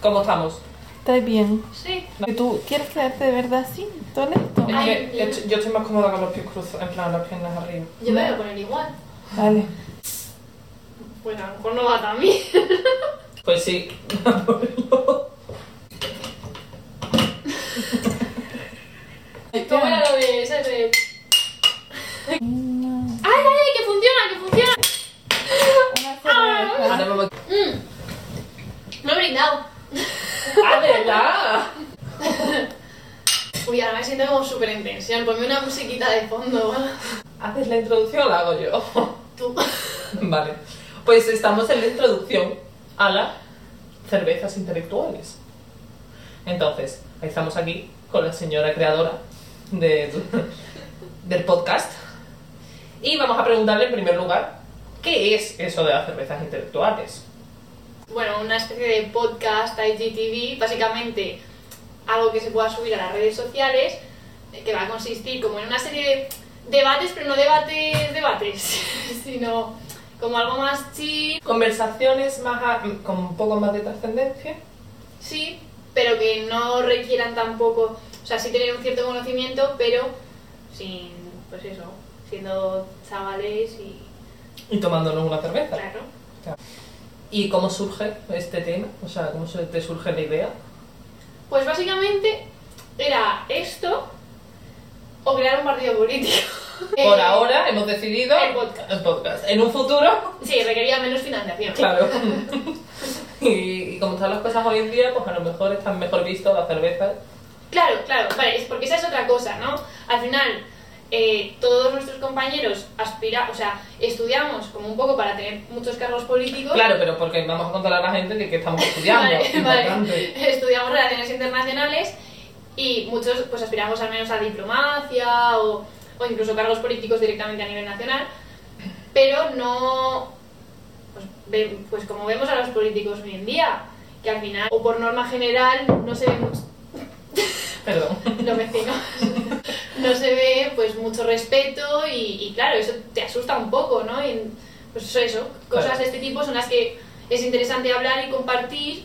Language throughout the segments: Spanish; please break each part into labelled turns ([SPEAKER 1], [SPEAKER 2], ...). [SPEAKER 1] ¿Cómo estamos?
[SPEAKER 2] Estás bien.
[SPEAKER 3] Sí.
[SPEAKER 2] ¿Que ¿Tú quieres quedarte de verdad así? ¿Todo esto?
[SPEAKER 1] Es que
[SPEAKER 3] Ay,
[SPEAKER 1] yo estoy- yo estoy más cómoda con los pies cruzados, en plan, las piernas arriba.
[SPEAKER 3] Yo me voy a poner igual.
[SPEAKER 2] Vale.
[SPEAKER 3] Bueno, a lo mejor no va tan bien.
[SPEAKER 1] Pues sí.
[SPEAKER 3] ¿Cómo era lo de ese de...? ¡Ay, ay, ay! ¡Que funciona, que funciona!
[SPEAKER 2] Una cerveza.
[SPEAKER 1] Ahora vamos-
[SPEAKER 3] Mm. Me he brindado.
[SPEAKER 1] ¡Ah, de verdad!
[SPEAKER 3] Uy, ahora me siento como súper en tensión. Ponme una musiquita de fondo.
[SPEAKER 1] ¿Haces la introducción o la hago yo?
[SPEAKER 3] Tú.
[SPEAKER 1] Vale. Pues estamos en la introducción a las cervezas intelectuales. Entonces, ahí estamos aquí con la señora creadora de- del podcast. Y vamos a preguntarle en primer lugar, ¿qué es eso de las cervezas intelectuales?
[SPEAKER 3] Bueno, una especie de podcast, IGTV, básicamente algo que se pueda subir a las redes sociales, eh, que va a consistir como en una serie de debates, pero no debates, debates, sino como algo más chill,
[SPEAKER 1] Conversaciones más a- con un poco más de trascendencia.
[SPEAKER 3] sí, pero que no requieran tampoco, o sea, sí tener un cierto conocimiento, pero sin, pues eso, siendo chavales y,
[SPEAKER 1] Y tomándonos una cerveza.
[SPEAKER 3] claro.
[SPEAKER 1] ¿Y cómo surge este tema? O sea, ¿cómo se te surge la idea?
[SPEAKER 3] Pues básicamente era esto o crear un partido político.
[SPEAKER 1] Por
[SPEAKER 3] Eh,
[SPEAKER 1] ahora hemos decidido
[SPEAKER 3] el podcast.
[SPEAKER 1] el podcast. En un futuro
[SPEAKER 3] Sí, requería menos financiación.
[SPEAKER 1] Claro. y, y como están las cosas hoy en día, pues a lo mejor están mejor vistas las cervezas.
[SPEAKER 3] Claro, claro, vale, es porque esa es otra cosa, ¿no? Al final, eh, todos nuestros compañeros aspira, o sea, estudiamos como un poco para tener muchos cargos políticos.
[SPEAKER 1] Claro, pero porque vamos a contar a la gente de que estamos estudiando.
[SPEAKER 3] Vale,
[SPEAKER 1] importante.
[SPEAKER 3] vale. Estudiamos relaciones internacionales y muchos pues aspiramos al menos a diplomacia o, o incluso cargos políticos directamente a nivel nacional, pero no, pues, ve- pues como vemos a los políticos hoy en día, que al final, o por norma general, no se ve mucho,
[SPEAKER 1] Perdón.
[SPEAKER 3] los vecinos. No se ve pues mucho respeto y, y, claro, eso te asusta un poco, ¿no? Y, pues eso, eso, cosas
[SPEAKER 1] Claro.
[SPEAKER 3] de este tipo son las que es interesante hablar y compartir.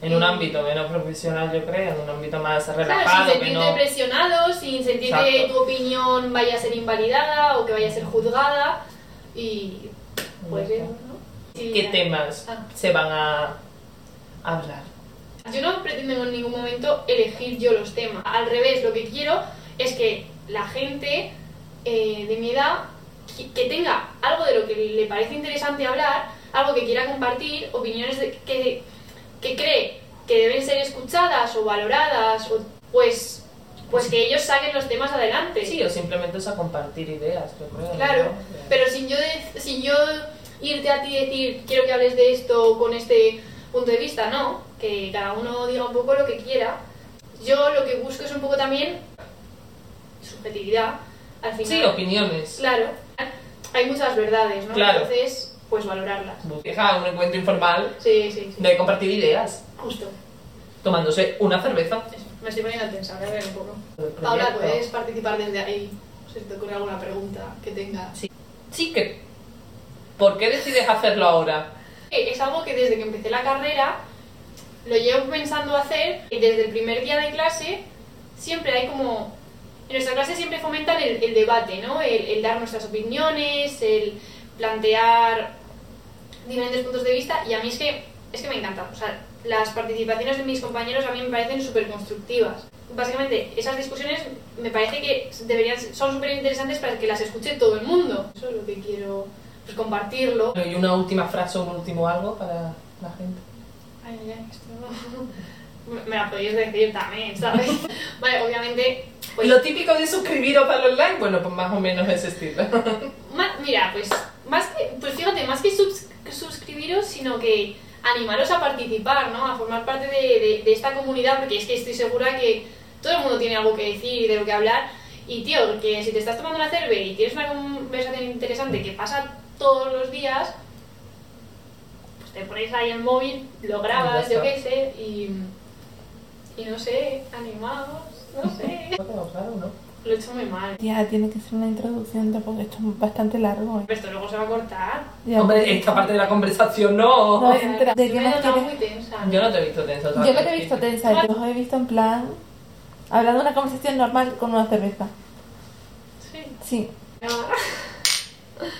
[SPEAKER 1] En un ámbito menos profesional, yo creo, en un ámbito más
[SPEAKER 3] claro,
[SPEAKER 1] relajado, que
[SPEAKER 3] sin sentirte
[SPEAKER 1] no.
[SPEAKER 3] presionado, sin sentir que
[SPEAKER 1] Exacto.
[SPEAKER 3] tu opinión vaya a ser invalidada o que vaya a ser juzgada y pues
[SPEAKER 1] Ya está.
[SPEAKER 3] eso, ¿no? Sí,
[SPEAKER 1] ¿Qué
[SPEAKER 3] ya.
[SPEAKER 1] temas
[SPEAKER 3] Ah.
[SPEAKER 1] se van a hablar?
[SPEAKER 3] Yo no pretendo en ningún momento elegir yo los temas. Al revés, lo que quiero es que la gente eh, de mi edad qui- que tenga algo de lo que le parece interesante hablar, algo que quiera compartir, opiniones de- que, que cree que deben ser escuchadas o valoradas, o, pues, pues que ellos saquen los temas adelante.
[SPEAKER 1] Sí, o simplemente es a compartir ideas, yo creo.
[SPEAKER 3] Claro,
[SPEAKER 1] ¿no?
[SPEAKER 3] pero sin yo, de- sin yo irte a ti y decir quiero que hables de esto con este punto de vista, no, que cada uno diga un poco lo que quiera. Yo lo que busco es un poco también subjetividad, al final.
[SPEAKER 1] Sí, opiniones.
[SPEAKER 3] Claro, hay muchas verdades, ¿no?
[SPEAKER 1] Claro.
[SPEAKER 3] Entonces, pues valorarlas.
[SPEAKER 1] Busca un encuentro informal
[SPEAKER 3] Sí, sí, sí.
[SPEAKER 1] de compartir ideas,
[SPEAKER 3] Justo.
[SPEAKER 1] tomándose una cerveza.
[SPEAKER 3] Eso. Me estoy poniendo tensa, voy a ver un poco. Paula, pues. puedes participar desde ahí. Si te ocurre alguna pregunta que tengas.
[SPEAKER 1] Sí, que. ¿Por qué decides hacerlo ahora?
[SPEAKER 3] Eh, Es algo que desde que empecé la carrera lo llevo pensando hacer y desde el primer día de clase siempre hay como... En nuestra clase siempre fomentan el, el debate, ¿no? El, el dar nuestras opiniones, el plantear diferentes puntos de vista y a mí es que, es que me encanta. O sea, las participaciones de mis compañeros a mí me parecen súper constructivas. Básicamente, esas discusiones me parece que deberían, son súper interesantes para que las escuche todo el mundo. Eso es lo que quiero pues, compartirlo.
[SPEAKER 1] Y una última frase, un último algo para la gente.
[SPEAKER 3] Ay, ay, ay, esto no. Me- Me la podéis decir también, ¿sabes? vale, obviamente. Pues,
[SPEAKER 1] lo típico de suscribiros para el online, bueno, pues más o menos ese estilo.
[SPEAKER 3] ma- mira, pues, más que, pues fíjate, más que subs- suscribiros, sino que animaros a participar, ¿no? A formar parte de, de- de esta comunidad, porque es que estoy segura que todo el mundo tiene algo que decir y de lo que hablar. Y tío, que si te estás tomando una cerveza y tienes una conversación interesante que pasa todos los días, pues te pones ahí el móvil, lo grabas,
[SPEAKER 1] Ya
[SPEAKER 3] yo
[SPEAKER 1] está.
[SPEAKER 3] qué sé, y, y no sé, animados, no sé.
[SPEAKER 1] ¿No ha quedado claro, no?
[SPEAKER 3] Lo he hecho muy mal.
[SPEAKER 2] Ya, tiene que ser una introducción, tampoco esto es bastante largo. ¿eh?
[SPEAKER 3] Pero esto luego se va a cortar.
[SPEAKER 2] Ya.
[SPEAKER 1] Hombre, eh, es que aparte de la conversación, no.
[SPEAKER 2] No, entra. ¿De
[SPEAKER 3] Yo
[SPEAKER 2] qué
[SPEAKER 3] me he
[SPEAKER 2] más
[SPEAKER 3] notado
[SPEAKER 2] quieres?
[SPEAKER 3] muy tensa.
[SPEAKER 1] Yo no te he visto tensa.
[SPEAKER 2] Yo no te he visto tensa, yo los he visto en plan hablando una conversación normal con una cerveza.
[SPEAKER 3] Sí.
[SPEAKER 2] Sí,
[SPEAKER 3] No.